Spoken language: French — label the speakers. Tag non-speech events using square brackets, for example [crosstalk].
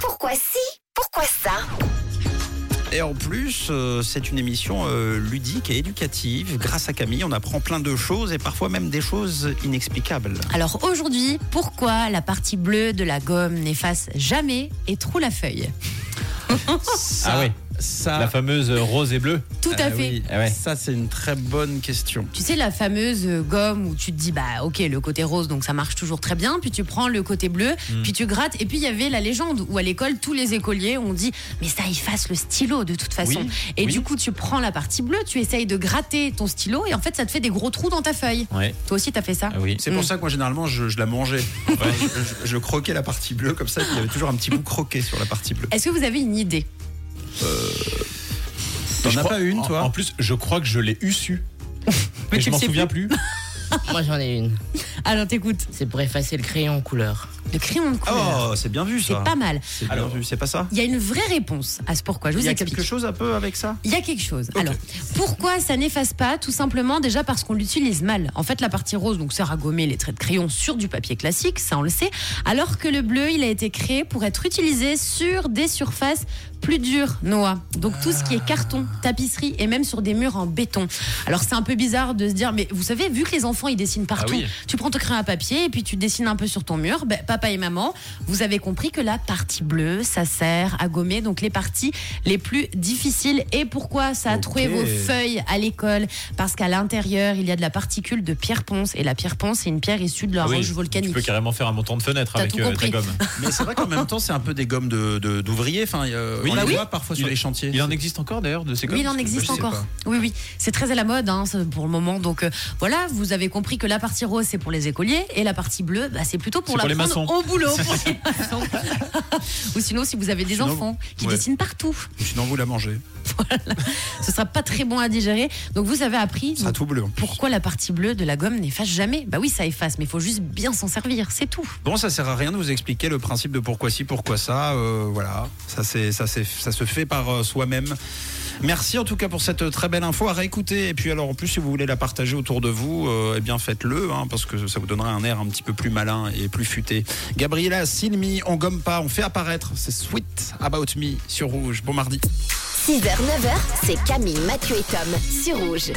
Speaker 1: Pourquoi si Pourquoi ça
Speaker 2: Et en plus, euh, c'est une émission euh, ludique et éducative. Grâce à Camille, on apprend plein de choses et parfois même des choses inexplicables.
Speaker 3: Alors aujourd'hui, pourquoi la partie bleue de la gomme n'efface jamais et troue la feuille
Speaker 2: Ça,
Speaker 4: [laughs] Ah oui,
Speaker 2: ça,
Speaker 4: la fameuse euh, rose et bleue.
Speaker 3: Tout à
Speaker 2: Ah
Speaker 3: fait.
Speaker 2: oui,
Speaker 4: Ah ouais.
Speaker 2: Ça, c'est une très bonne question.
Speaker 3: Tu sais, la fameuse euh, gomme où tu te dis, bah ok, le côté rose, donc ça marche toujours très bien. Puis tu prends le côté bleu,
Speaker 2: Hmm.
Speaker 3: puis tu grattes. Et puis il y avait la légende où à l'école, tous les écoliers ont dit, mais ça efface le stylo de toute façon.
Speaker 2: Oui,
Speaker 3: et
Speaker 2: oui.
Speaker 3: du coup, tu prends la partie bleue, tu essayes de gratter ton stylo, et en fait, ça te fait des gros trous dans ta feuille.
Speaker 4: Ouais.
Speaker 3: Toi aussi, t'as fait ça
Speaker 4: Ah oui.
Speaker 2: C'est pour
Speaker 3: Mm.
Speaker 2: ça que moi, généralement, je, je la
Speaker 4: [laughs]
Speaker 2: mangeais. je, je- je croquais la partie bleue comme ça, et puis il y avait toujours un petit bout croqué sur la partie bleue.
Speaker 3: Est-ce que vous avez une idée
Speaker 2: T'en
Speaker 4: Je
Speaker 2: as
Speaker 4: crois-
Speaker 2: pas une,
Speaker 4: en-
Speaker 2: toi Oh,
Speaker 4: En plus, je crois que je l'ai eu su.
Speaker 3: [laughs] Mais
Speaker 4: Mais
Speaker 3: tu
Speaker 4: je
Speaker 3: le
Speaker 4: m'en
Speaker 3: sais
Speaker 4: souviens plus.
Speaker 5: Moi j'en ai une.
Speaker 3: Alors t'écoutes.
Speaker 5: C'est pour effacer le crayon en couleur.
Speaker 3: Le crayon de couleur.
Speaker 2: Oh, c'est bien vu, ça.
Speaker 3: C'est pas mal.
Speaker 2: C'est bien
Speaker 4: Alors-
Speaker 2: vu, c'est pas ça
Speaker 3: Il y a une vraie réponse à ce pourquoi. Je vous
Speaker 2: Il y a
Speaker 3: explique.
Speaker 2: quelque chose un peu avec
Speaker 4: [laughs]
Speaker 2: ça
Speaker 3: Il y a quelque chose. Alors, pourquoi ça n'efface pas Tout simplement déjà parce qu'on l'utilise mal. En fait, la partie rose donc sert à gommer les traits de crayon sur du papier classique, ça on le sait, alors que le bleu, il a été créé pour être utilisé sur des surfaces plus dures, Noah. Donc tout ce qui est carton, tapisserie et même sur des murs en béton. Alors c'est un peu bizarre de se dire, mais vous savez, vu que les enfants ils dessinent
Speaker 2: Ah
Speaker 3: partout,
Speaker 4: oui.
Speaker 3: tu prends ton crayon à papier et puis tu dessines un peu sur ton mur. Ben, papa et maman, vous avez compris que la partie bleue, ça sert à gommer donc les parties les plus difficiles. Et pourquoi ça a
Speaker 2: Ok.
Speaker 3: troué vos feuilles à l'école Parce qu'à l'intérieur, il y a de la particule de pierre ponce. Et la pierre ponce, c'est une pierre issue de la
Speaker 4: Ah oui,
Speaker 3: roche
Speaker 4: Tu
Speaker 3: volcanique.
Speaker 4: peux carrément faire un montant de fenêtre
Speaker 3: T'as
Speaker 4: avec
Speaker 3: tout
Speaker 4: euh, ta
Speaker 3: compris. [laughs]
Speaker 4: gomme.
Speaker 2: Mais c'est vrai qu'en même temps, c'est un peu des gommes d'ouvriers. De, d'ouvriers. enfin, euh,
Speaker 4: Oui,
Speaker 2: on
Speaker 4: bah
Speaker 2: les
Speaker 4: oui.
Speaker 2: voit parfois sur
Speaker 4: Il-
Speaker 2: les chantiers.
Speaker 4: Il en existe encore d'ailleurs de ces gommes
Speaker 3: Oui, il en
Speaker 4: parce que
Speaker 3: existe
Speaker 4: moi, je sais
Speaker 3: encore.
Speaker 4: pas.
Speaker 3: Oui, oui. C'est très à la mode hein, ça, pour le moment. Donc euh, voilà, vous avez compris que la partie rose, c'est pour les écoliers et la partie bleue, bah, c'est plutôt pour
Speaker 4: C'est
Speaker 3: la
Speaker 4: pour les
Speaker 3: prendre
Speaker 4: maçons.
Speaker 3: au boulot. Pour
Speaker 4: [laughs]
Speaker 3: les maçons. Ou sinon, si vous avez des
Speaker 2: Sinon,
Speaker 3: enfants qui
Speaker 2: ouais.
Speaker 3: dessinent partout,
Speaker 2: Sinon, vous la mangez.
Speaker 3: ce sera pas très bon à digérer. Donc vous avez appris
Speaker 2: Ça sera
Speaker 3: donc,
Speaker 2: tout bleu. en plus.
Speaker 3: pourquoi la partie bleue de la gomme n'efface jamais. Bah oui, ça efface, mais il faut juste bien s'en servir, c'est tout.
Speaker 2: Bon, ça sert à rien de vous expliquer le principe de pourquoi ci, pourquoi ça. euh, voilà, ça, c'est, ça, c'est, ça se fait par euh, soi-même. Merci en tout cas pour cette euh, très belle info à réécouter. Et puis alors en plus, si vous voulez la partager autour de vous, euh, eh bien faites-le, hein, parce que ça vous donnera un air un petit peu plus malin et plus futé. Gabriela, Silmi, on gomme pas, on fait apparaître. C'est Sweet About Me sur Rouge. Bon mardi.
Speaker 1: 6h, 9h, c'est Camille, Mathieu et Tom sur Rouge.